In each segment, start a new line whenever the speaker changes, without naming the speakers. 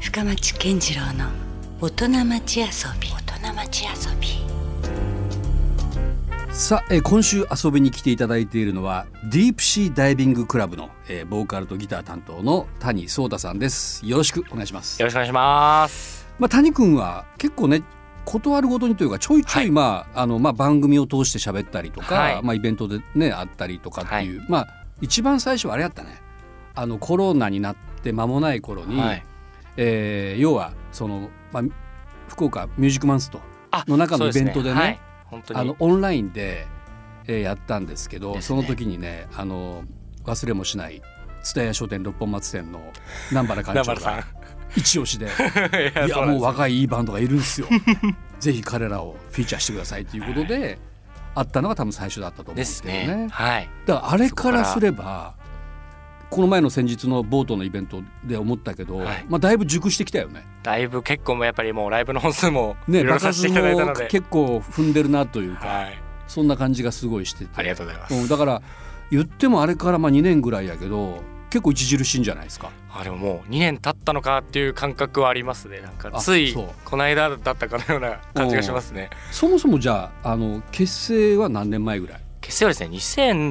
深町健次郎の大人町遊び大人町遊び
さあ、えー今週遊びに来ていただいているのはディープシーダイビングクラブの、えーボーカルとギター担当の谷壮太さんですよろしくお願いします
よろしくお願いします。
まあ、谷君は結構ね断るごとにというかちょいちょい、
はい
まああのまあ、番組を通して喋ったりとか、
はい
まあ、イベントでねあったりとかっていう、まあ一番最初はあれやったねあのコロナになって間もない頃に、
はい
えー要はその、まあ、福岡ミュージックマンスと
あ
の中のイベントでね
そうすはい、本当に
あのオンラインで、えーやったんですけど
です
そ
ね
の時にねあの忘れもしない蔦屋商店六本松店の南原館
南
長
原さん
が。一押しで。
い
い
や
や
そう
も
なんで
う
す
若いいいバンドがいるんですよ ぜひ彼らをフィーチャーしてくださいということであったのが多分最初だったと思うん
で
ですすけどね
ね。はい。
だからあれからすればこの前の先日のボートのイベントで思ったけど、
はい
まあ、だいぶ熟してきたよね。
だいぶ結構もうやっぱりもうライブの本数もいろ
ね
いろ
場
させ
数
ていただいた
も
ので、
結構踏んでるなというか、
はい。
そんな感じがすごいしてて
ありがとうございます。
うんだから言ってもあれからまあ2年ぐらいやけど結構著しいんじゃないですか。
あでももう2年経ったのかっていう感覚はありますね。なんか
あ
つい
そう
この間だったかのような感じがしますね。
そもそもじゃああの結成は何年前ぐらい
結成はですね、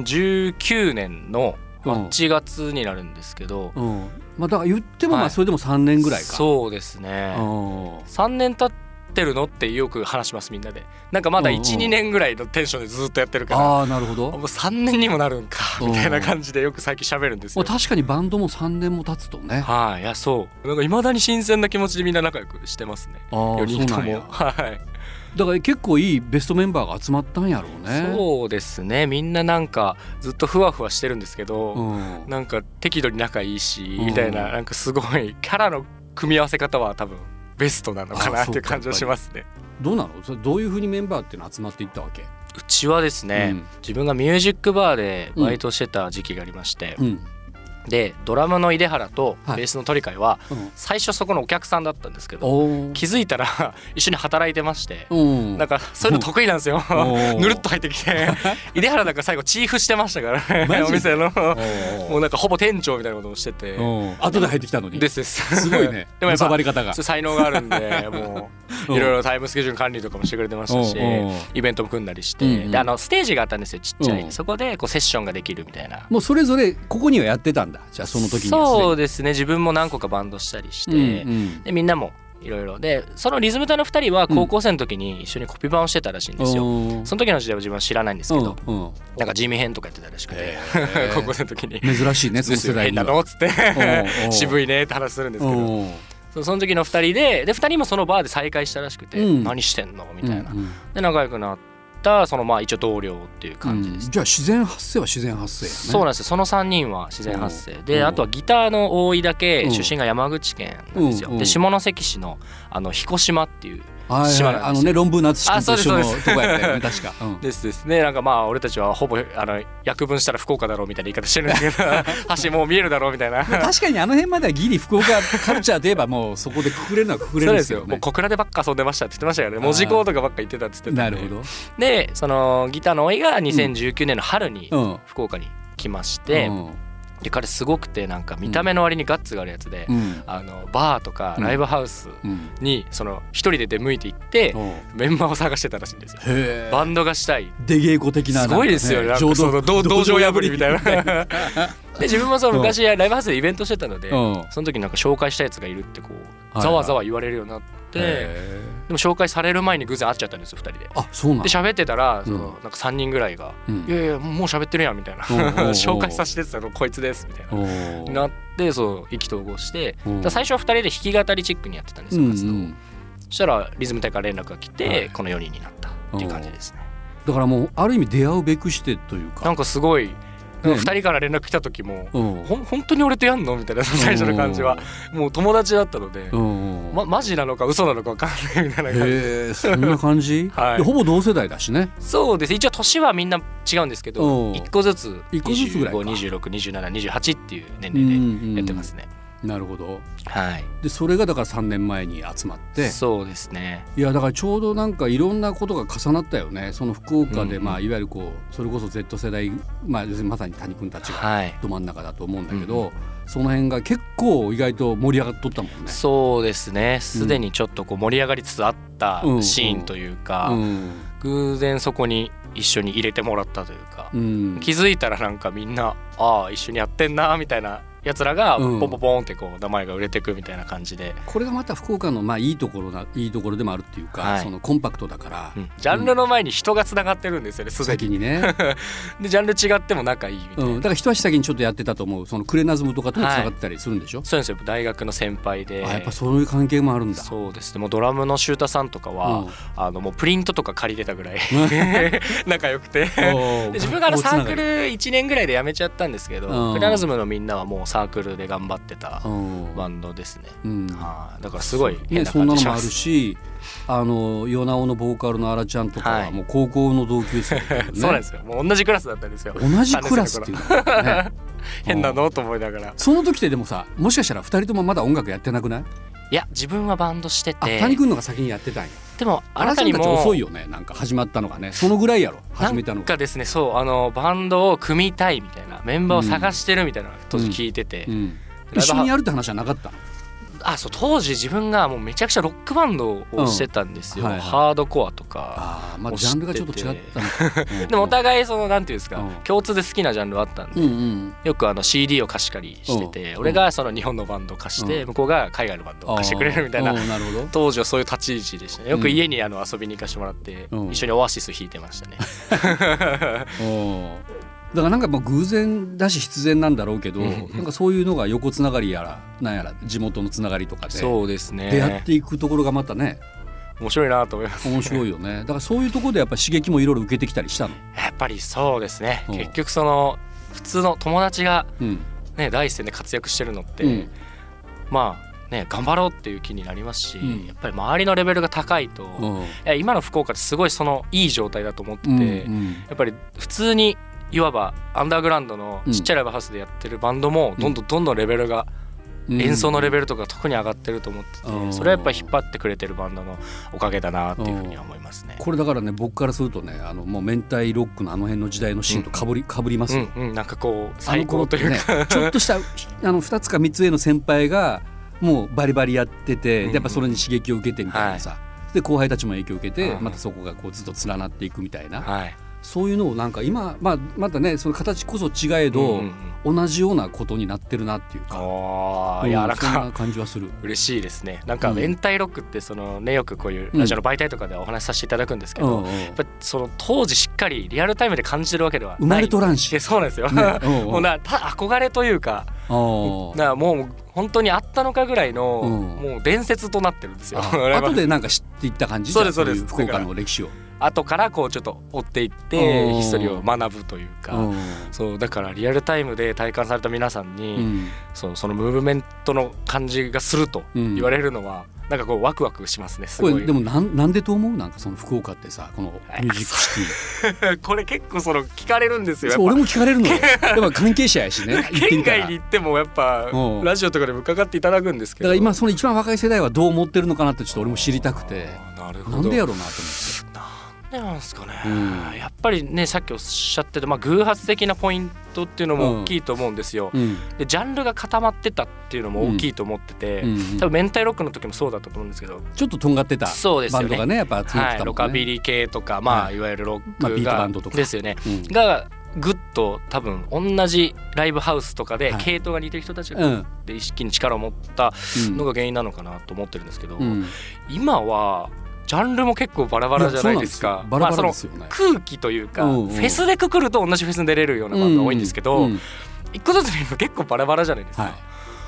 2019年の
うん
1月になるんですけど、
うんまあ、だから言ってもま
は
あ
い
それでも3年ぐらいか、
そうですね。
うん
3年経ってるのってよく話しますみんなでなんかまだ
うんうん
12年ぐらいのテンションでずっとやってるから
ああなるほ
も
ど
う3年にもなるんか
うん
みたいな感じでよく最近喋るんです
まあ
よ。
確かにバンドも3年も経つとねあ
はい、いやそうなんか未だに新鮮な気持ちでみんな仲良くしてますね。
あー
4人と
そうなんや
もはい、
だから結構いいベストメンバーが集まったんやろうね
そうですねみんななんかずっとふわふわしてるんですけど、
ん、
なんか適度に仲いいし
うん
みたいななんかすごいキャラの組み合わせ方は多分ベストなのか
あ
な
ー
っていう感じは
そ
し
うか
ますね。
どうなのそれどういうふうにメンバーっていうの集まっていったわけ、
うちはですね、自分がミュージックバーでバイトしてた時期がありまして、
うん、うん
でドラムの井出原と
はい
ベースの鳥海は
うん、
最初そこのお客さんだったんですけど、
おー
気づいたら 一緒に働いてまして、
うん
なんかそういうの得意なんですよ
お
ぬるっと入って きて井出原なんか最後チーフしてましたから
マジ
ねお店の
おー
もうなんかほぼ店長みたいなこともしてて
うん後で入ってきたのに
ですです
すごいね
でもやっぱ
触り方が
そう才能がある んでもういろいろタイムスケジュール管理とかもしてくれてましたし
うんうん
イベントも組んだりして、
うんうん
であのステージがあったんですよちっちゃい、
うん
そこでこうセッションができるみたいな
もうそれぞれここにはやってたんだじゃあその時にはすでに
そうですね自分も何個かバンドしたりして、
うんうん
でみんなもいろいろでそのリズム隊の2人は高校生の時に一緒にコピー版をしてたらしいんですよ、
うん
その時の時代は自分は知らないんですけど、
うんうん
なんか地味編とかやってたらしくて、
ー
高校生 の時に「
珍しいねその
です
世
よ
代
変
に
な
は
の?」っつって
おうおう
「 渋いね」って話するんですけど
うん
そうその時の2人でで2人もそのバーで再会したらしくて「
うん
何してんの?」みたいな、
うんうん
で仲良くなったそのまあ一応同僚っていう感じです、
うんじゃあ自然発生は自然発生やね
そうなんですよその3人は自然発生
う
で
ん
あとはギターの大井だ
う
け
ん
出身が山口県なんですよ、
うんうん
で下関市のあの彦島っていう
はいはい
島なんですよ
あのね論文の淳君と一緒の
あ
と
そうです
こやったよね確か、うん
ですですねなんかまあ俺たちはほぼあの約分したら福岡だろうみたいな言い方してるんですけ ど橋もう見えるだろうみたいなそう
確かにあの辺まではギリ福岡カルチャーといえばもうそこでくくれるのはくくれるんで
ですす
よ
よ
ね
もう小倉でばっか遊んでましたって言ってましたからね文字工とかばっか言ってたって言ってた
なん
で
るほど、
でそのギターの大井が2019年の春に
うん
福岡に来まして、
うん
で彼すごくてなんか見た目の割にガッツがあるやつで、
うん
あのバーとかライブハウス
うん
にその一人で出向いていって
うんへ
メンバーを探してたらしいんですよ。
え
バンドがしたい
出稽古的な
すごいですよねなんかその道道場破りみたいな。で自分もその昔ライブハウスでイベントしてたので
うん
その時なんか紹介したやつがいるってこ
はいう
ざわざわ言われるようになってで
へえ
も紹介される前に偶然会っちゃったんですよ2人で。
あそうなん
で喋ってたら
ん
そのなんか3人ぐらいが
う
「い
ん
やいやもう喋ってるやん」みたいな
おうおうおう
紹介させてたのこいつですみたいな。
おー
なってそう意気投合して
うん
だから最初は2人で弾き語りチェックにやってたんです
うん
よ
う
活動を
ん
そしたらリズム隊から連絡が来て、
はい
この4人になったっていう感じですね。
だからもうある意味出会うべくしてという
な
か
んかすごい2人から連絡来た時も、
うん
ほん本当に俺とやんのみたいな最初の感じはもう友達だったので、
うんうん
ま、マジなのか嘘なのか分かんないみたいな感じ
へえそんな感じ、
はい
でほぼ同世代だしね
そうです一応年はみんな違うんですけ
お
ど
う
1個ずつ
一個ずつぐらいか
252728っていう年
うん
齢
うん
でやってますね。
なるほど
はい
でそれがだから3年前に集まって
そうですね
いやだからちょうどなんかいろんなことが重なったよねその福岡で、
うんうん
まあ、いわゆるこうそれこそ Z 世代、まあ、要するにまさに谷君たちが
はい
ど真ん中だと思うんだけど、その辺が結構意外と盛り上がっとったもんね。
そうですねすでにちょっとこう盛り上がりつつあったシーンというか、
うん
偶然そこに一緒に入れてもらったというか、
うん
気づいたらなんかみんなああ一緒にやってんなみたいなやつらが
うん
ポンポンポンってこう名前が売れてくみたいな感じで、
これがまた福岡のまあいいところないいところでもあるっていうか、
はい
そのコンパクトだから、
うんジャンルの前に人がつながってるんですよねすで
先
に
に ね、
でジャンル違っても仲いいみたいな、
うん、だから一足先にちょっとやってたと思うそのクレナズムとかともつながってたりするんでしょ、
そうなんですよ大学の先輩で
あやっぱそういう関係もあるんだ。
そうですねもうドラムのシュータさんとかは、
うん
あのもうプリントとか借りてた ぐらい仲良くて
お
で自分があのサーク
学校つな
ル
がり
1年ぐらいで辞めちゃったんですけど、
うん
クラズムのみんなはもうサークルで頑張ってた
うん
バンドですね、
うん
はいだからすごい変
ね、
な
そんな
感じ
のもあ
しま
る
す、
しあの与那尾のボーカルのあらちゃんとか
は
はいもう高校の同級生だよね
そうなんですよもう同じクラスだったんですよ
同じクラスっていうのがね
変なのと思いながら
その時ってでもさもしかしたら2人ともまだ音楽やってなくない
いや自分はバンドして
あ、
て
谷君のが先にやってたんや
でも
あら
新
ち
た
ゃん
に
た
も
ち遅いよねなんか始まったのがねそのぐらいやろ始めたの
なん
が
かですねそうあのバンドを組みたいみたいなメンバーを探してるみたいなのを当時聞いてて、
うん
ライブ
一
ハ
緒にやるって話はなかったの
あそう当時自分がもうめちゃくちゃロックバンドをしてたんですよ、
うんはいはい
ハードコアとか
ああまあ
もう
ジャンルがちょっと違ったのかうん
でもお互いそのなんていうんですか、
うん
共通で好きなジャンルはあったんで、
うんうん
よくあの CD を貸し借りしてて、
うん
俺がその日本のバンドを貸して、
うん
向こうが海外のバンドを貸してくれるみたいな
あ ーうんなるほど
当時はそういう立ち位置でしたねよ
う
く
ん
家にあの遊びに行かしてもらって、
うん
一緒にオアシス弾いてまし たね、
おーだからなんかまあ偶然だし必然なんだろうけど
うん
なんかそういうのが横つながりやらなんやら地元のつながりとかで
そうです
出会っ
ね
ていくところがまたね
面白いなと思います
面白いよ ねだからそういうところでやっぱ刺激もいろいろ受けてきたりしたの。
やっぱりそうですね、
うん
結局その普通の友達が
うん
ね第一線で活躍してるのって、
うん
まあね頑張ろうっていう気になりますし、
うん
やっぱり周りのレベルが高いと、
う
い
ん
や今の福岡ってすごいそのいい状態だと思ってて、
うん
やっぱり普通にいわばアンダーグラウンドの
うん
ちっちゃいライブハウスでやってるバンドもどんどんどんどんレベルが、
うん
演奏のレベルとか特に上がってると思ってて、
うん
それはやっぱり引っ張ってくれてるバンドのおかげだなっていうふうには思いますね。
これだからね僕からするとねあのもう明太ロックのあの辺の時代のシーンとかぶり,、かぶります
う
よ、
んうん、なんかこ
あ
う
の
最
頃
高
っ
と
て
いう
ね
か
ちょっとしたあの2つか3つ上の先輩がもうバリバリやってて、
うん
でやっぱそれに刺激を受けてみたいなさ、で後輩たちも影響を受けて、
うん
またそこがこうずっと連なっていくみたいな、
はい、
そういうのをなんか今、まあ、またねその形こそ違えど、
うんうん
同じようなことになってるなっていう
うん、
か、
お
う
ー
ん
いやなん
そん
か
な感じはする。
嬉しいですねなんか
うん
明太ロックってそのねよくこういうラジオの媒体とかではお話しさせていただくんですけ
う
ど、
んうん
やっぱその当時しっかりリアルタイムで感じてるわけではない
生まれとらんし
えそうなんですよ、
ねうんうん
もうなた憧れというか
あ
なもう本当にあったのかぐらいの、
うん
もう伝説となってるんですよ
あ後
後
でなんか知っていった感じ
そうです
じゃあ
そうです
い福岡の歴史を。
後からこうちょっと追っていっ
う
て
ん
ヒストリーを学ぶというか、
うん
そうだからリアルタイムで体感された皆さんに、
うん
そうそのムーブメントの感じがすると
うん
言われるのは、なんかこうワクワクしますねす
こ
ごい
れでもなんなんでと思うなんかその福岡ってさこのミュージックシ
これ結構その聞かれるんです
ティ
よ。やっ
そう
ぱ
俺も聞かれる のよやっぱ関係者やしね行って
県
みたら
外に
だ
行ってもやっぱ
うん
ラジオとかでも伺っていただくんですけ
か
ど。
ら今その一番若い世代はどう思ってるのかなってちょっと俺も知りたくて
あーなるほ
な
ど。
んでや
や
ろうなと思
なんですかね。
うん
やっぱりねさっきおっしゃってたまあ偶発的なポイントっていうの
うん
も大きいと思うんですよ。
って
でジャンルが固まってたっていうのも大きいと思ってて、
うんうん
多分明太ロックの時もそうだったと思うんですけど。
ちょっととんがってた
そうです
バ
よ
ンド
ね
が。ねやっぱ集まって
はい、
た
ロ
も
カ
んね
ビリー系とか、まあ、
はい
いわゆるロック
ま
が、
あビートバンドとか
ですよね。
うん
がぐっと多分同じライブハウスとかで
はい
系統が似てる人たち
う
が
ん
で一気に力を持った
うん
のが原因なのかなと思ってるんですけど、
うん
今はジャンルも結構バラバラじゃないです
や
か
そうなんですよバラバラ
ま
で
あ
す
そ
よね
の空気というか、
うんうん
フェスでくくると同じフェスに出れるようなバンドが多いんですけど、
うんうん
一個ずつ見ると結構バラバラじゃないですか。
はい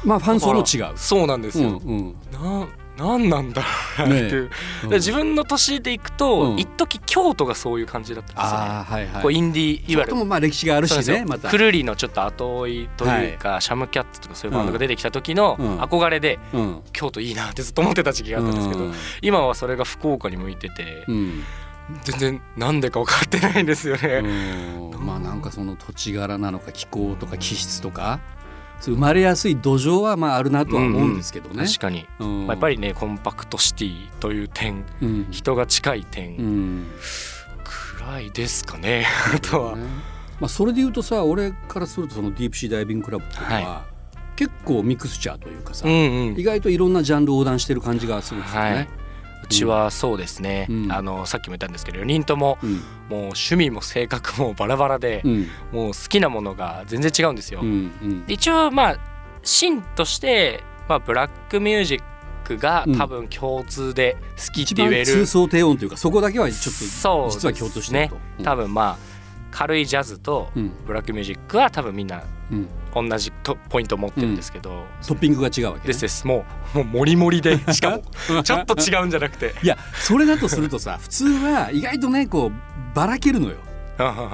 まあファン層も違
だから
う
そうなんですよ、
うん
なんなんなんだろうなっていう、
うん
で自分の年でいくと、
うん
一時京都がそういう感じだったんですよね。
ああはいはい
こうインディーいわゆ
と
る
もまあ歴史がある
そうなん
し
です
ね
よ
また
くるりのちょっと後追いというか、シャムキャッツとかそういうバンドが出てきた時の
うん
憧れで、
うん
京都いいなってずっと思ってた時期があったんですけど、今はそれが福岡に向いてて、
うん
全然なんでか分かってないんですよね。
うんまあなんかその土地柄なのか気候とか気質とかそう生まれやすい土壌はまああるなとは思うんですけどね。
確かに、
うん
まあ、やっぱりねコンパクトシティという点
うん
人が近い点、
うん
くらいですかねあとは、
まあ、それで言うとさ俺からするとそのディープシーダイビングクラブっていうのは、結構ミクスチャーというかさ、
うんうん
意外といろんなジャンルを横断してる感じがすごくするね。
はい、うちはそうですね、
うん
あのさっきも言ったんですけど4人とも
うん
もう趣味も性格もバラバラで、
うん
もう好きなものが全然違うんですよ。
うんうん
で一応まあ芯として、まあ、ブラックミュージックが多分共通で好きって
一
言
番
える、
通奏低音というかそこだけはちょっ
そう
と実は共通してると。うん
多分まあ軽いジャズと
うん
ブラックミュージックは多分みんな
うん
同じとポイントを持ってるんですけど、
トッピングが違うわけ、ね、
ですですもうもうモリモリ でしかもちょっと違うんじゃなくて
いやそれだとするとさ 普通は意外とねこうばらけるのよ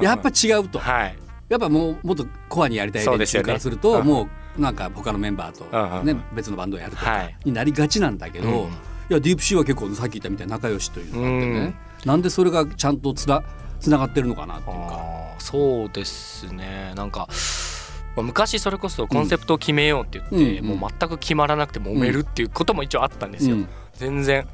やっぱ違うと
はい
やっぱもうもっとコアにやりたい
そう
連
ですよ
中か
ね
らする
うん
と
うん
もうなんか他のメンバ
うん
ー
うん
と、
う
ね
ん
別のバンドをやると
はい
になりがちなんだけど、
うん
いやディープシーは結構さっき言ったみたいに仲良しというのがあって
う
ね
ん、
なんでそれがちゃんとつなつながってるのかなっていうか。
あーそうですねなんかまあ昔それこそコンセプトを決めようって言って、
うん
もう全く決まらなくて揉めるっていうことも一応あったんですよ、
うん
全然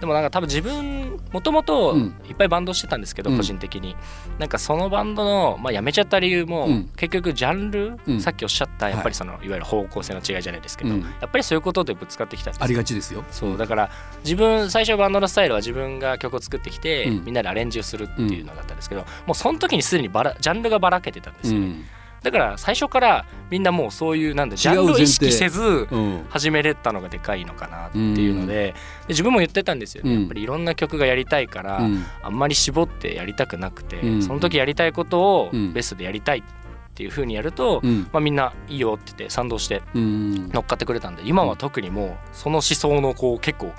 でもなんか多分自分もともと
うん
いっぱいバンドしてたんですけど、
うん
個人的になんかそのバンドの、まあ、辞めちゃった理由も、
うん
結局ジャンル、
うん
さっきおっしゃったやっぱりその、い、わゆる方向性の違いじゃないですけど、
うん
やっぱりそういうことでぶつかってきたんですよ
ありがちですよ。
そうだから自分最初バンドのスタイルは自分が曲を作ってきて、
うん
みんなでアレンジをするっていうのだったんですけど、もうその時にすでにばらジャンルがばらけてたんですよ、
ん
だから最初からみんなもうそういうなんだジャンルを
違う
意
前
識
提
せず
うん
始めれたのがでかいのかなっていうので,、で自分も言ってたんですよね、
うん
やっぱりいろんな曲がやりたいから、
うん
あんまり絞ってやりたくなくて、
うん
その時やりたいことを
うん
ベストでやりたいっていうふうにやると、
うん
まあ、みんないいよって言って賛同して
うん
乗っかってくれたんで今は特にもうその思想のこう結構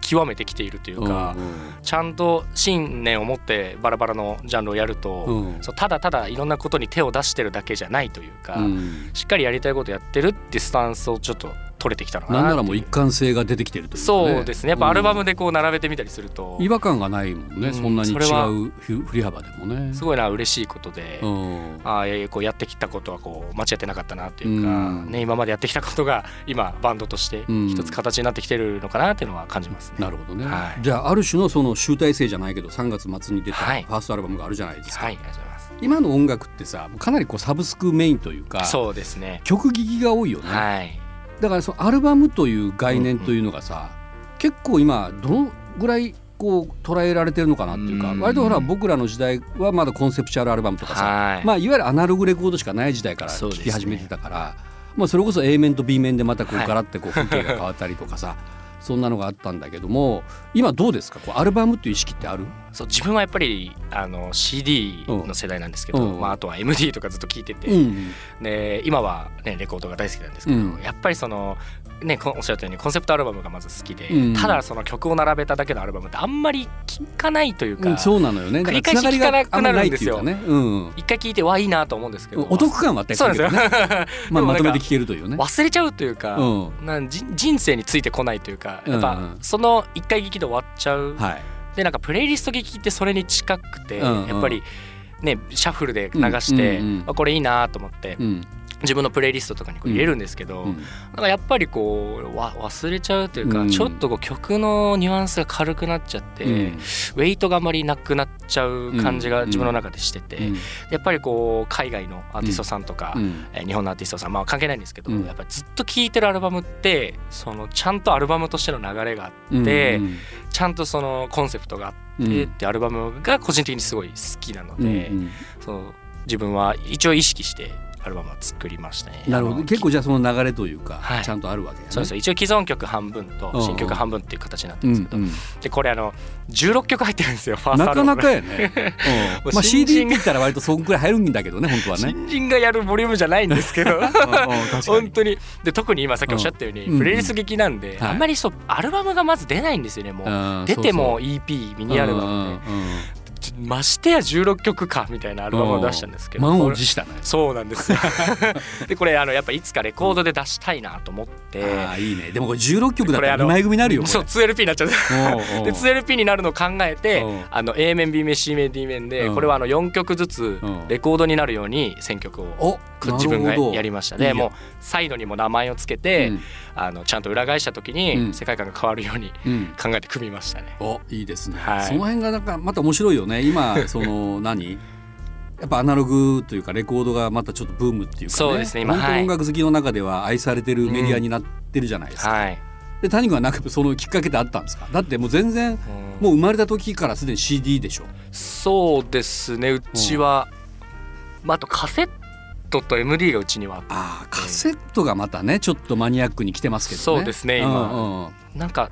極めてきているというか、ちゃんと信念を持ってバラバラのジャンルをやると、
うん
そうただただいろんなことに手を出してるだけじゃないというか、
うん
しっかりやりたいことやってるってスタンスをちょっと取れてきたのかな
なんなら
って
もう
いう
一貫性が出てきてるというかね
そうですねやっぱアルバムでこう並べてみたりすると、
違和感がないもんね、
うん
そんなに違
それは
うふ振り幅でもね。
すごいな嬉しいことで。
うん
ああいやいやこうやってきたことはこう間違ってなかったなというか、
うん
ね、今までやってきたことが今バンドとして一つ形になってきてるのかなっていうのは感じますね。
なるほどね、
はい
じゃあある種のその集大成じゃないけど3月末に出たフ
は
ァ
い
ーストアルバムがあるじゃないですか、
はい、ありがとうございます。
今の音楽ってさもうかなりこうサブスクメインというか
そうですね。
曲聴きが多いよね、
はい。
だからそのアルバムという概念というのがさ、結構今どのぐらいこう捉えられてるのかなっていうか、
うん
割とほら僕らの時代はまだコンセプチュアルアルバムとかさ、
はい。
まあ、いわゆるアナログレコードしかない時代から聴
そうですね
き始めてたからまあ、それこそ A 面と B 面でまたこう
はい
ガラッてこう風景が変わったりとかさ、 そんなのがあったんだけども今どうですかこうアルバムという意識ってある
そう自分はやっぱりあの CD の世代なんですけど、
うん
まああとは MD とかずっと聞いてて、
ん
で今はねレコードが大好きなんですけど、
うん
やっぱりそのねこおっしゃったようにコンセプトアルバムがまず好きで、
うん
ただその曲を並べただけのアルバムってあんまり聞かないというか、
うんそうなのよねだ
繰り
から
返し
つながりが
聞かなくなるんですよ
あまりないっていうかね、
一回聞いてはいいなと思うんですけ
うん
ど、
お得感はあったりするけど
そうな
ね
んですよ
まあ、
でも
ま
なん
と
か
めて聴けるというね。
忘れちゃうというか、
うん
なんじ人生についてこないというかやっ
うん
ぱ
うん
その一回聞きで終わっちゃう
はい
でなんかプレイリスト聞きってそれに近くて、
うんうん
やっぱりねシャッフルで流して、
うんうんうん
あこれいいなと思って
うん
自分のプレイリストとかにこう入れるんですけど、
うん
なんかやっぱりこうわ忘れちゃうというか、
うん
ちょっとこう曲のニュアンスが軽くなっちゃって、
うん
ウェイトがあまりなくなっちゃう感じが自分の中でしてて、
うん
やっぱりこう海外のアーティストさんとか、
うん
えー日本のアーティストさんまあ関係ないんですけど、
うん
やっぱりずっと聴いてるアルバムってそのちゃんとアルバムとしての流れがあって、
うん
ちゃんとそのコンセプトがあって。
うん
でってアルバムが個人的にすごい好きなの
うん
で、その自分は一応意識してアルバムは作りましたね。
なるほ
あ
ど
の
結構じゃあその流れというか、
はい
ちゃんとあるわけだね
そうです一応既存曲半分
うんう
と
ん
新曲半分っていう形になって
う
るん
ん
ですけど、
うん
でこれあの16曲入ってるんですよファース ト
な
アル
か
バ
な
ム
かやね。
も
う
うん
まあ
新
CD
人
見たら割とそんくらい入るんだけどね 本当はね。
新人がやるボリュームじゃないんです けど
うんうん確か
本
に。
当にで特に今さっきおっしゃったように、
うん
プレイリスト劇なんで、
はい
あんまりそうアルバムがまず出ないんですよねもう、
うん
出ても EP ミ
そうそう
ニアルバム
う
で、
んうんうん
ちょましてや16曲かみたいなアルバムを出したんですけど、
満を
これ
持したね。
そうな んですよでこれあのやっぱいつかレコードで出したいなと思って、
ああいいね。でもこれ16曲だっ
これ
た
あ
ら
の
2枚組になるよ。これ
そう 2LP になっちゃって
おうおう
で 2LP になるのを考えて
うん
あの A 面 B 面 C 面 D 面で
うん
これはあの4曲ずつ
うん
レコードになるように選曲を
おなるほど
自分がやりました
いい
で
や
もうサイドにも名前をつけて、
うん
あのちゃんと裏返した時
うん
に世界観が変わるように
うん
考えて組みましたね。
おいいですね、
はい
その辺がなんかまた面白いよね今 その何やっぱアナログというかレコードがまたちょっとブームっていうかね
そうですね今
本当
はい
音楽好きの中では愛されてるメディアになってるじゃないですか、
はい、
で谷君はなんかそのきっかけってあったんですかだってもう全然
うん
もう生まれた時からすでに CD でしょ
そうですねうちは、まあ、あとカセットと MD がうちにはあって
ああカセットがまたねちょっとマニアックに来てますけどね
そうですね今
うんうんうん
なんか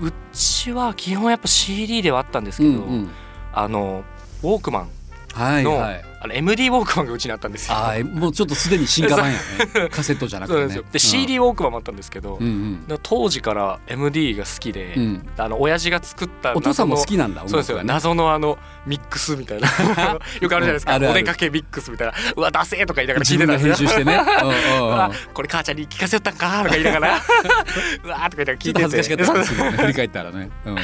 うちは基本やっぱ CD ではあったんですけど、
うんうん
あのウォークマン
はい
の,、
はい
あの MD ウォークマンがうちにあったんですよ。
ああもうちょっとすでに進化版や ねカセットじゃなく
そう
てね
なんですよで CD ウォークマンもあったんですけど、
うんうん
だから当時から MD が好きで、
うんうん
あの親父が作った
お父さんも
謎
好
の
きなんだ
そうですよ
音楽がね
謎のあのミックスみたい なよくあるじゃないです
うん
か
あるある
お出かけミックスみたいなうわダセーとか言いながら聞
自
いて
分
たん
が
です
編
よ
集してねうんうん
う
うん
わこれ母ちゃんに聞かせよったんかとか言いな がらうわーとか言いながら
ちょ
聞い
っと
て
恥ずかしかった
そう
で
です
すよね振り返ったらね うん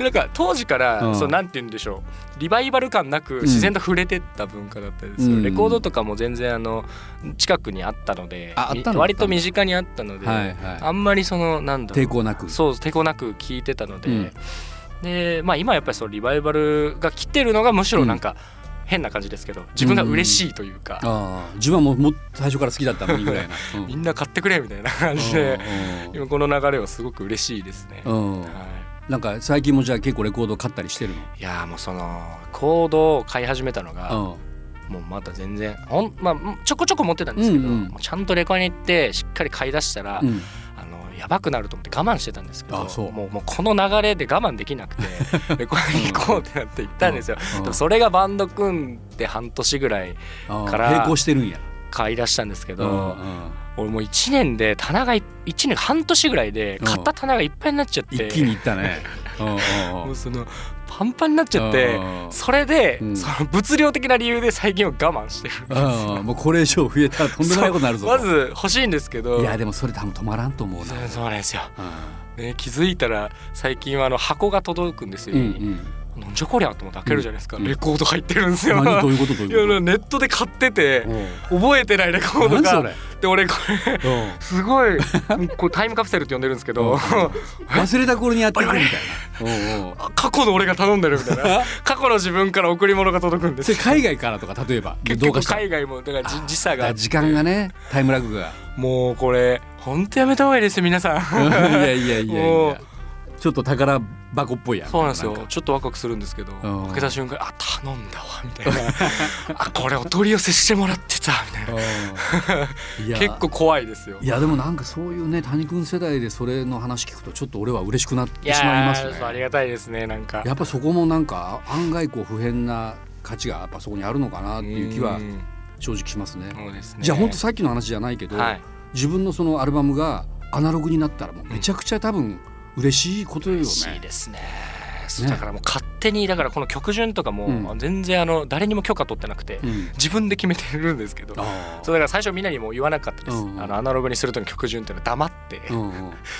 なんか当時から、
うん
そのなんて言うんでしょうリバイバル感なく自然と触れてった文化だったんですよ、
うん
レコードとかも全然あの近くにあったので
ああったの
み割と身近にあったので、
はいは
あんまりそのなん
い
だろう
抵抗なく
そう抵抗なく聞いてたので、
うん
でまあ今やっぱりそのリバイバルが来てるのがむしろなんか変な感じですけど自分が嬉しいというか、
ああ自分はもうもう最初から好きだったのにぐらいなうん
みんな買ってくれみたいな感じで、今この流れはすごく嬉しいですね。
う
は
んうん
い
なんか最近もじゃあ結構レコード買ったりしてる
いやーもうそのコードを買い始めたのが
の
もうまだ全然ほん、まあ、ちょこちょこ持ってたんですけ
う
ど、
んうん
もうちゃんとレコアに行ってしっかり買い出したら、
うんうん
あのやばくなると思って我慢してたんですけど
あそう
もうもうこの流れで我慢でき なくてレコアに行こうってなって行ったんですよ。
うん
でもそれがバンド組んで半年ぐらい
ああ
から
並行してるんや
買い出したんですけ
う
ど、
んうん
俺もう1年で棚が1年半年ぐらいで買った棚がいっぱいになっちゃって、
一気にいった ねうんうんうん
もうそのパンパンになっちゃって。
うん
それで、
うん
その物量的な理由で最近は我慢してるんです
うんうんもうこれ以上増えたらとんでもないことになるぞ
そうまず欲しいんですけど
いやでもそれ多分止まらんと思うな
そうそうなんですよ、
う
ね、気づいたら最近はあの箱が届くんですよ、
んうん
なんじゃこりゃと思って開けるじゃないですか、
うん
レコード入ってるんですよ
何どういうことどう
い
いう
や
こ
ネットで買ってて
とうん
覚えてないレコード
何そ
が
れ
で俺これ
うん
すごいこれタイムカプセルって呼んでるんですけど
忘れた頃にやってくるみたいな。おうおう
過去の俺が頼んでるみたい な過去の自分から贈り物が届くんで
そ
す
れ海外からとか例えば
結
どう
局
かした。
海外もだからじ時差があ
あ
って
時間がねタイムラグが。
もうこれ本当やめた方がいいですよ皆さん
いやいやいやい
もう
や。ちょっと宝箱っぽいやん。
そうなんですよ
か
ちょっとワクワクするんですけど
ん
開けた瞬間あ頼んだわみたいな あこれお取り寄せしてもらってたみたいな
うんいや
結構怖いですよ
いやでもなんかそういうね谷君世代でそれの話聞くとちょっと俺は嬉しくなってしまいます
ーそうあり
ね。
がたいですねなんか
やっぱそこもなんか案外こう不変な価値がやっぱそこにあるのかなっていう気は
うん
正直しますね。
そうですね
じゃあ本当さっきの話じゃないけど、
はい
自分のそのアルバムがアナログになったらもうめちゃくちゃ多分嬉しいことよね。
嬉しいですねそう
ね
だからもう勝手にだからこの曲順とか
う
も全然あの誰にも許可取ってなくて
うん、
自分で決めてるんですけど
あ
そうだから最初みんなにも言わなかったです
うんうん
あのアナログにするとの曲順っていうのは黙って
あ、うんうん、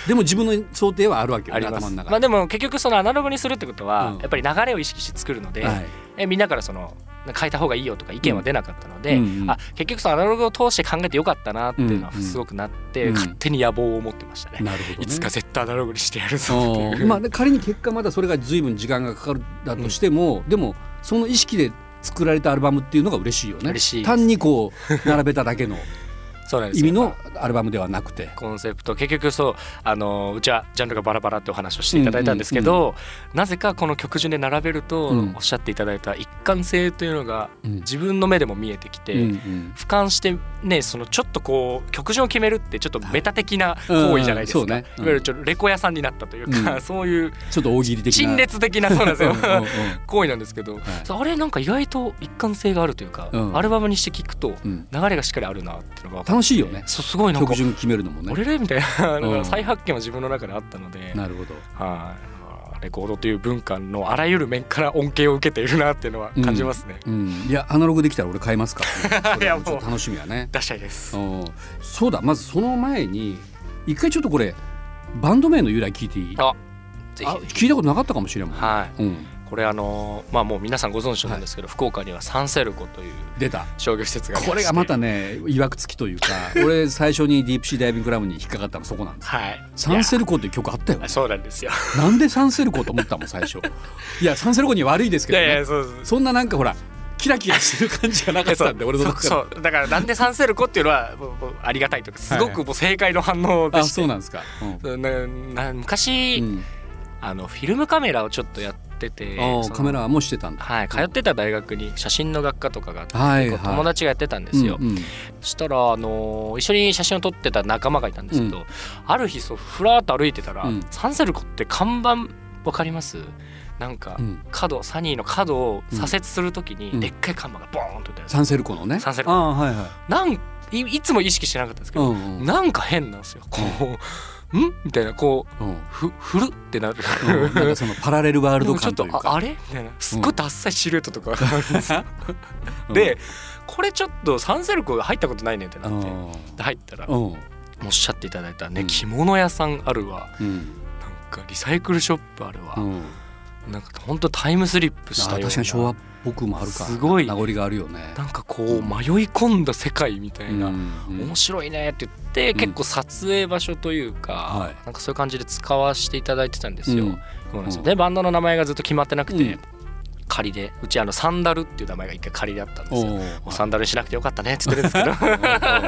でも自分の想定はあるわけよ
あ
ね
りま
頭
す
の
ま
中
あ
で。
でも結局そのアナログにするってことは、
うん
やっぱり流れを意識して作るので、
はい
えみんなからその変えた方がいいよとか意見は出なかったので、
うんうん
あ結局そのアナログを通して考えてよかったなっていうのは
うんうん
すごくなって、
うん
勝手に野望を持ってましたね。
なるほど、ね。
いつか絶対アナログにしてやるぞっていう
うんまあね仮に結果まだそれが随分時間がかかるだとしても、でもその意識で作られたアルバムっていうのが嬉しいよね。
嬉しいです
単にこう並べただけの
そうなんです
意
よ
味のアルバムではなくて。
コンセプト結局そうあのうちはジャンルがバラバラってお話をしていただいたんですけど、なぜかこの曲順で並べると、
うん
おっしゃっていただいた一貫性というのが
うん
自分の目でも見えてきて、
うんうん
俯瞰してねそのちょっとこう曲順を決めるってちょっとメタ的な行為じゃないですか、
うんうんそうねうん
いわゆるちょっとレコ屋さんになったというか、
うん
そういう
ちょっと大喜利的な。
陳列的なそうなんですよ
うんうんうん
行為なんですけど、そうあれなんか意外と一貫性があるというか、
うん
アルバムにして聞くと
うん
流れがしっかりあるなっていうのが分かっ
楽しいよね
て。そうすごいなんか
曲順決めるのもね。
俺れみたいなの
うん
が再発見は自分の中であったので、
なるほど。
はいレコードという文化のあらゆる面から恩恵を受けているなっていうのは感じますね。
うん、いやアナログできたら俺買いますから、ね、
いや
それはちょっと
も
楽しみやね
出したいです。
うんそうだまずその前に一回ちょっとこれバンド名の由来聞いていい
あぜ
あ聞
ひ
いたことなかったかもしれんもん、
はい
うん、
ここれあのまあもう皆さんご存知なんですけど、福岡にはサンセルコという
出た
商業施設があり
これ
して
がまたねいわくつきという か俺最初にディープシーダイビングクラブに引っかかったのそこなんです
はい
サンセルコっていう曲あったよ
い
ね
やそうな んですよ
なんでサンセルコと思ったもん 最初いやサンセルコには悪いです
い
けどね
やいやそうそう
そんななんかほらキラキラしてる感じがなかったんで俺の
そ
中から
そうだからなんでサンセルコっていうのはもうもうありがたいというかすごくもう正解の反応で
あ
して、
そうなんですか、うん
なな昔、
うん
あのフィルムカメラをちょっとやってて
ああ
その
カメラもしてたんだ
はい、通ってた大学に写真の学科とかがあって、
はい
結構友達がやってたんですよ、
うんうん
そしたら、あのー一緒に写真を撮ってた仲間がいたんですけど、ある日そうふらーっと歩いてたら、
うん
サンセルコって看板わかりますなんか
うん
角、サニーの角を左折するときに、
うん
でっかい看板がボーンと出てある
サンセルコのね
サンセルコ
ああはいはい
なんいいつも意識してなかったんですけど、
うんうん
なんか変なんですよこう「ん?」みたいなこう
うん
ふふるってなる。
うんなんかそのパラレルワール
で
ド
もち
感
ょっ
と
と
いう
あ
か
あれみたいなすっごいダッサいシルエットとかあるんですよ
うん
でこれちょっとサンセルコが入ったことないねってな
う
って
ん
で入ったら
う
お
ん
っしゃっていただいたね、
うん
着物屋さんあるわ
うん
なんかリサイクルショップあるわ、
うん
なんかほんとタイムスリップし
あ
たような
確かに昭和っぽくもあるか
すごい
名残があるよね
なんかこう迷い込んだ世界みたいな、
うんうん
面白いねって言って、
ん
結構撮影場所というか、
はい
なんかそういう感じで使わせていただいてたんですよ。
うん
そうなんですよ
うん
でバンドの名前がずっと決まってなくて、
うん
仮でうちあのサンダルっていう名前が一回仮だったんですよ。
おう
もうサンダルにしなくてよかったねって言ってるんですけど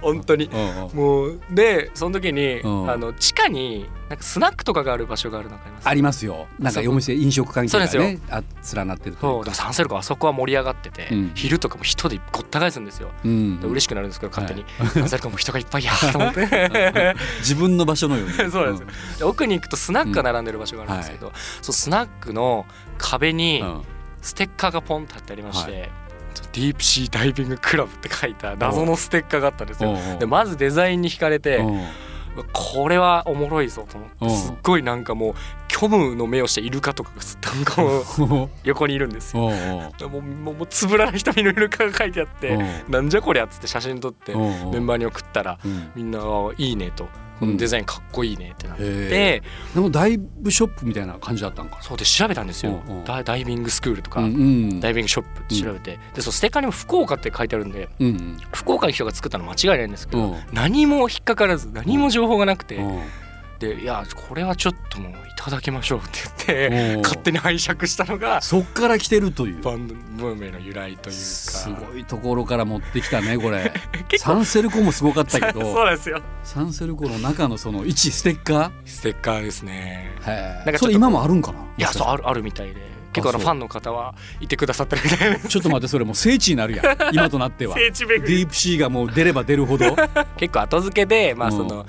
本当に
おうおうおう
もうでその時に
うん
あの地下になんかスナックとかがある場所があるの分かります
ありますよなんかお店飲食関係が
そうなん
ねあ連なってる
そ
と
うだからサンセルコあそこは盛り上がってて、
うん
昼とかも人でごった返すんですよ、
ううん
で嬉しくなるんですけど勝手に、サンセルコも人がいっぱいやと思 って
自分の場所のように
そうなんですよで奥に行くとスナックが並んでる場所があるんですけど、そうスナックの壁に
うん
ステッカーがポンと貼ってありまして、そうディープシーダイビングクラブって書いた謎のステッカーがあったんですよ
おうおう
でまずデザインに惹かれて
うん
これはおもろいぞと思
うん
ってすっごいなんかもう虚無の目をしてイルカとかがすっとこう横にいるんですよ
おうおう
もうもうもうつぶらな瞳のイルカが書いてあって
う
なんじゃこりゃっつって写真撮って
おうおう
メンバーに送ったら
うん
みんな「いいね」と「このデザインかっこいいね」ってなっ
うん
て
でもダイブショップみたいな感じだったんか
そうで調べたんですよ
うんうん
ダダイビングスクールとか
なうん
ダイビングショップって調べてでそうステッカーにも「福岡」って書いてあるんで
うんうん
福岡の人が作ったの間違いないんですけ
うん
ど何も引っかからず何も情報がなくて
うん
でいやこれはちょっともういただきましょうって言
お
って
う
勝手に拝借したのが
そっから来てるという
バンドブームへの由来というか
すごいところから持ってきたねこ れサンセルコもすごかったけ
そう
ど
なんですよ
サンセルコの中のその一ステッカ
ステッカーですね
ーへ
なんかちょ
え
っと
それ今もあるんかない
やそうあるあるみたいで結構あの
あそう
ファンの方はいてくださってるみたいです
ちょっと待ってそれもう聖地になるや ん今となっては
聖地巡
デ
り
ィープシーがもう出れば出るほ ど
結構後付けでまあ
うん
その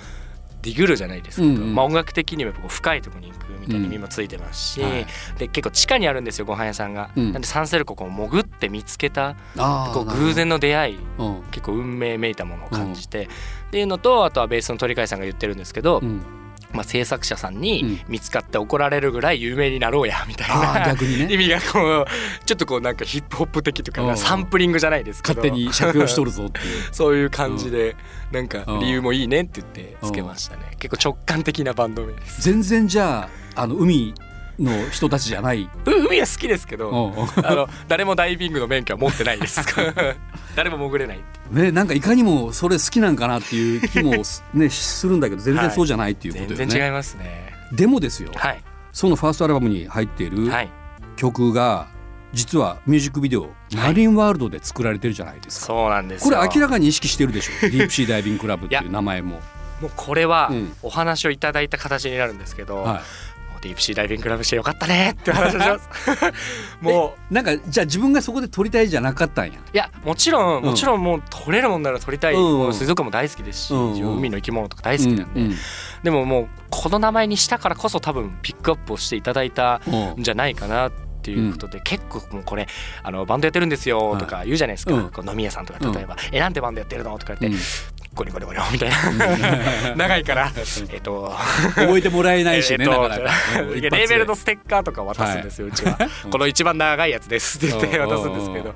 ディグルじゃないですけど、
うんうん
まあ、音楽的にもやっぱこう深いところに行くみたいな意味もついてますし、
はい
で結構地下にあるんですよご飯屋さんが、
うん
なんでサンセルコこう潜って見つけた
あー
こう偶、然の出会い
なるほど
結構運命めいたものを感じて、っていうのとあとはベースの鳥飼さんが言ってるんですけど、
うん うん、
まあ、制作者さん
う
に
ん
見つかって怒られるぐらい有名になろうやみたい
あー
な、
逆にね
意味がこうちょっとこうなんかヒップホップ的というか、
うん
サンプリングじゃないですけど
勝手に借用しとるぞっていう
そういう感じで、なんか
うん
理由もいいねって言ってつけましたね、結構直感的なバンド名です
全然じゃああの海の人たちじゃない、
う海は好きですけど、
うん
あの誰もダイビングの免許は持ってないです 誰も潜れないって
ね、なん かいかにもそれ好きなんかなっていう気もす, 、ね、するんだけど全然そうじゃないっていうこと
全
よね、
然違いますね
でもですよ、
はい
そのファーストアルバムに入っている
はい
曲が実はミュージックビデオ「マリンワールド」で作られてるじゃないですか、
そうなんです
これ
よ
明らかに意識してるでし ょディープシーダイビングクラブっていう名前も。
もうこれは
うん
お話をいただいた形になるんですけど、
は
もうディープシーダイビングクラブしてよかったねって話をしますも
い、なんかじゃあ自分がそこで撮りたいじゃなかったんや。
ういやもちろ
う
ん
ん
もちろんもう取れるもんなら取りたい、
うんうん
もう水族館も大好きですし、
うんうん
自分海の生き物とか大好きなんで、
うんうん
でももうこの名前にしたからこそ多分ピックアップをしていただいたんじゃないかなっていうことで、結構もうこれあのバンドやってるんですよとか言うじゃないですか、
うん
こう飲み屋さんとか例えば「えなんでバンドやってるの?」とか
う
言っ
ん
て「ゴリゴリゴリ」みたいな長いからえっと
覚えてもらえないしね、
えー
だ
と
からうん一発で
レーベルのステッカーとか渡すんですよ、うちは、この一番長いやつですって言って
うん
渡すんですけ
うん
ど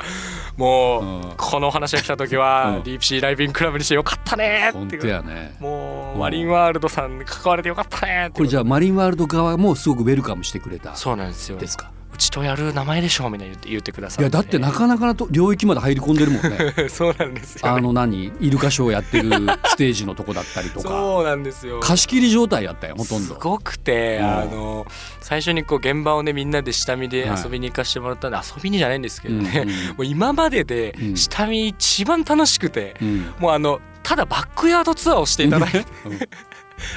もう、
うん
このお話が来た時は、
うん
ディープシーライビングクラブにしてよかったねっ
本
て
当やね。
も
う
うんマリンワールドさんに関われてよかったねって
これじゃ
ゃ
あマリンワールド側もすごくウェルカムしてくれた
そうなんですよ
ですか。
うちとやる名前でしょ」みたいな言って言ってくださ
い
い
やだってなかなかなと領域まで入り込んでるもんね
そうなんですよ、
あ
ね、
の何イルカショーや ってるステージのとこだったりとか
そうなんですよ
貸し切り状態やったよほとん
す
ど
ごくて、
うん
あの最初にこう現場をねみんなで下見で
はい
遊びに行かせてもらったんで、遊びにじゃないんですけどね、
うんうん
もう今までで
うん
下見一番楽しくて、
うん
もうあのただバックヤードツアーをしていただいて、
うん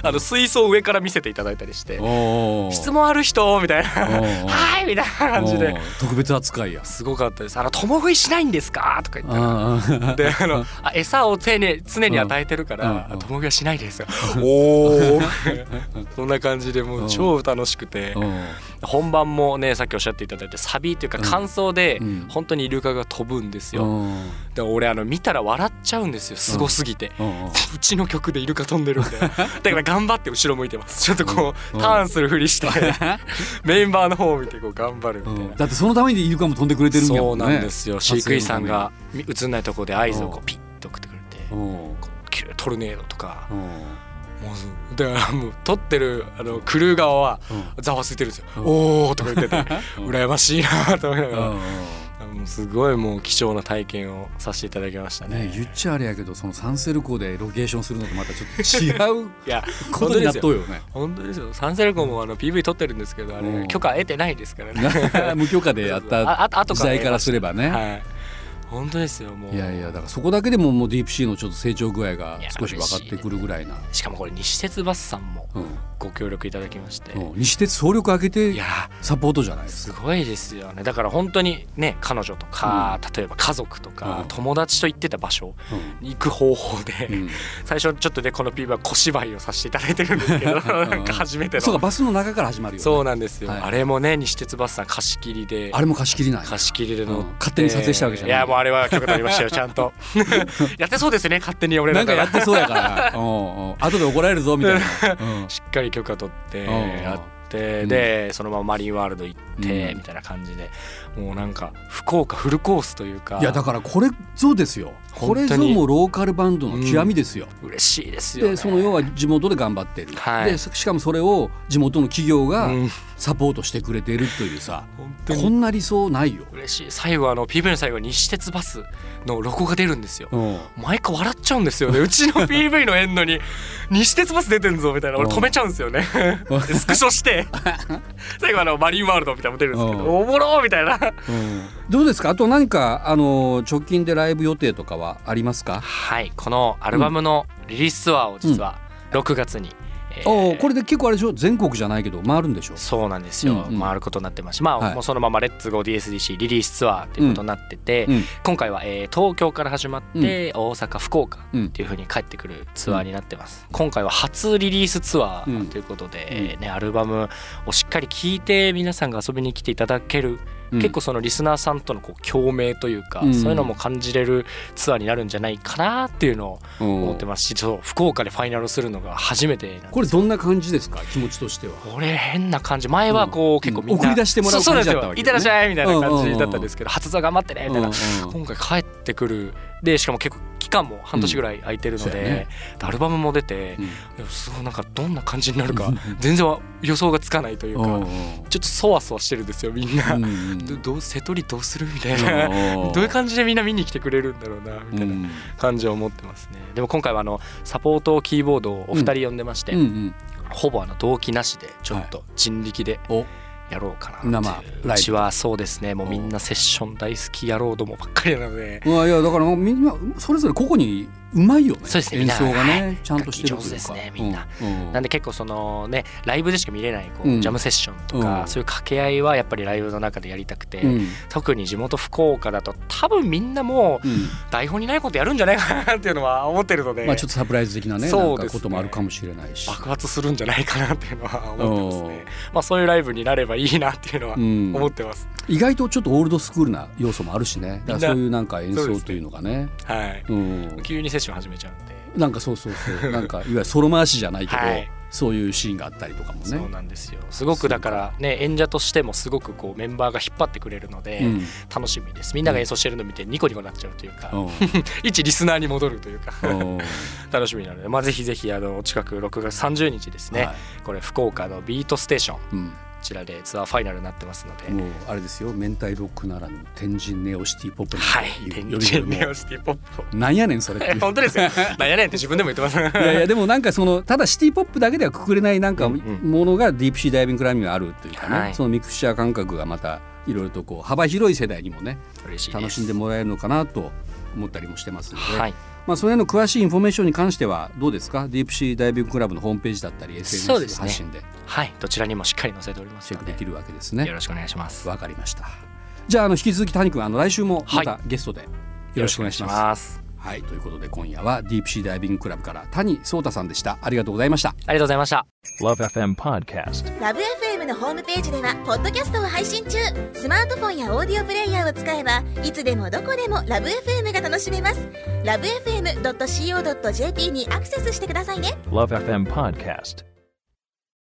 あの水槽を上から見せていただいたりして
お
「
ー
質問ある人?」みたいな
おー
「はい」みたいな 感じ
お
で。
ー特別扱いや
すごかったです。あの共食いしないんですかとか言って
あー
であのあ餌を丁寧常に与えてるか
うんう
ら
んうん
共食いはしないですよ。おお そんな感じでもう超楽しくて
おー
本番もねさっきおっしゃっていただいたサビというか
うん
感想で
うん
本当にイルカが飛ぶんです
う
よ。
ん
で俺あの見たら笑っちゃうんですよすごすぎて。
うんうん
うちの曲でイルカ飛ん でるんでだから頑張って後ろ向いてますちょっとこう
う
タ
ん
ーンするふりして メンバーの方を見てこう頑張るみたいな
だってそのためにイルカも飛んでくれてるんや
そ
も
うん
ね
なんですよ飼育員さんが
撮
映んないとこで合図をこ
う
うんピッと送ってくれて
影のためにうん
こうキュートルネードとか
うん
もうそうだからもう撮ってるあのクルー側はざわついてるんですよ
う
「
ん
おー」とか言ってて
うん
羨ましいなと思いなが
うん
らもうすごいもう貴重な体験をさせていただきました
ね
ね。
言っちゃあれやけどそのサンセル港でロケーションするのとまたちょっと違う
いや
ことになっとうよね
本当ですよサンセルコもあの PV 撮ってるんですけどあ
うん
れ許可得てないですからね
無許可でやっ
あ
た
あと後
時
から
代からすればね、
はい本当ですよもう
い、やいやだからそこだけでももうディープシーのちょっと成長具合が少し分かってくるぐらいな
しかもこれ西鉄バスさんも
うん
ご協力いただきまして、
うん西鉄総力上げて
いや
サポートじゃないです
すごいですよねだから本当にね彼女とか、例えば家族とか、
うん
友達と行ってた場所
か、
に行く方法で、
うんうん
最初ちょっとねこの PV は小芝居をさせていただいてるんですけどなんか初めての
そ
そうう,、
かバスの中から始まるよ、ね、
なんですよ、
はい
あれもね西鉄バスさん貸し切りで
あれも貸し切りない
貸し切りで乗って、
うん勝手に撮影したわけじゃない
いやもうあれは許可取りま したよちゃんとやってそうですね勝手に俺
な
ら
んか
か
や
ら
ってそうや から、うんうん後で怒られるぞみたいな。うん
しっかり許可取って
うん
やって、
うん
でそのままマリンワールド行って、
うん
みたいな感じでもうなんか福岡フルコースというか
いやだからこれぞですよ。これぞ
本当に
もうローカルバンドの極みですよ。
嬉しいですよ、ね、
でその要は地元で頑張ってる、
はい
でしかもそれを地元の企業が
うん
サポートしてくれているというさ、
本当
こ
に
んな理想ないよ、
嬉しい最後あの PV の最後に西鉄バスのロゴが出るんですよ
うん、
毎回笑っちゃうん ですよねうちの PV の縁のに西鉄バス出てんぞみたいな俺
うん
止めちゃうんです よねでスクショして最後あのマリンワールドみたいなのも出るんですけ
うん
どおもろーみたいな
どうですかあと何かあの直近でライブ予定とかはありますか、
はいこのアルバムのリリースツアーを実は6月に、えー
おーこれで結構あれでしょ全国じゃないけど回るんでしょ
そうなんですよ、
うんうん
回ることになってますし、まあ
はい
もうそのまま「レッツゴー DSDC」リリースツアーということになってて、
うん
今回は、えー東京から始まって大阪福岡っていう風に帰ってくるツアーになってます、今回は初リリースツアーということで、
うん
えーね、アルバムをしっかり聴いて皆さんが遊びに来ていただける、
うん
結構そのリスナーさんとのこう共鳴というか、
うん
そういうのも感じれるツアーになるんじゃないかなっていうのを思ってますし、そう福岡でファイナルするのが初めてなんですよ
これどんな感じですか気持ちとしては
俺変な感じ前はこ
うん
う結構みんな、
送り出してもらう
そ
感じ
そ
だったわ
うなん
けね
ですよいただっしゃいみたいな感じだったんですけど、初ツアー頑張ってねみたいな、今回帰ってくるでしかも結構期間も半年ぐらい空いてるの
うんそ
で,
う
で、
やね
アルバムも出て、でもすごいなんかどんな感じになるか全然わ予想がつかないというか、ちょっとそわそわしてるんですよみんな、どどう瀬戸 りどうするみたいな、どういう感じでみんな見に来てくれるんだろうなみたいな感じを思ってますねでも今回はあのサポートキーボードをお二人呼んでまして、ほぼあの動機なしでちょっと人力で
お
やろうかなっていう
生ライブ
うちはそうですねもうみんなセッション大好き野郎どもばっかりなので
いやだからみんなそれぞれ個々にうまいよね
そうですね
演奏が
みんなは
ね
い
ちゃんとしてるというか
楽器上手ですねみんな
うんうん
なんで結構そのねライブでしか見れないこ
う
うんジャムセッションとか、
うん
そういう掛け合いはやっぱりライブの中でやりたくて、
うん
特に地元福岡だと多分みんなもう
うん
台本にないことやるんじゃないかなっていうのは思ってるので、
まあちょっとサプライズ的なねな
そ
ん
うですね
かこともあるかもしれないし
爆発するんじゃないかなっていうのは思ってますね、まあ、そういうライブになればいいなっていうのは
うん
思ってます、
意外とちょっとオールドスクールな要素もあるしねだからそういうなんか演奏というのがね
はい
うん
急にセッション始めちゃうんで、
なんかそうそうそうなんかいわゆるソロ回しじゃないけど
はい
そういうシーンがあったりとかも
そう
ね
なんですよすごくだからね演者としてもすごくこうメンバーが引っ張ってくれるので、
うん
楽しみですみんなが演奏してるの見てニコニコなっちゃうというか、
うん
一リスナーに戻るというか
うん
楽しみなので、まあ、ぜひぜひあのお近く6月30日ですね、
はい
これ福岡のビートステーション
うん
ちらでツアーファイナルになってますので。
もうあれですよ明太ロックならぬ天神ネオシティポップなん
はい
て、いう
天
呼び方も
神ネオシティポップを。
なんやねんそれってい
え
う
本当です よ。なんやねんって自分でも言ってます。
い やいやでもなんかそのただシティ・ポップだけではくくれないなんか
うん
も
うん
のがディープシーダイビングクライミングにはあるというかね、
はい
そのミクスチャー感覚がまたいろいろとこう幅広い世代にもね
嬉しいです。
楽しんでもらえるのかなと思ったりもしてますので、
はい。
まあ、それの詳しいインフォメーションに関してはどうですかディープシーダイビングクラブのホームページだったり
そうです
SNS
ね
発信で
はい。どちらにもしっかり載せております
チェッ
の
ク
で
できるわけです
よ
ね。
ろしくお願いします。
わかりましたじゃああの引き続き谷君あの来週もまたゲストでよろしくお願いします。
す。
はい、ということで今夜はディープシーダイビングクラブから谷聡太さんでしたありがとうございました。
ありがとうございました。
Love FM Podcast.
ラブ f m のホームページではポッドキャストを配信中スマートフォンやオーディオプレイヤーを使えばいつでもどこでもラブ f m が楽しめますラブ FM.co.jp にアクセスしてくださいね
Love FM Podcast.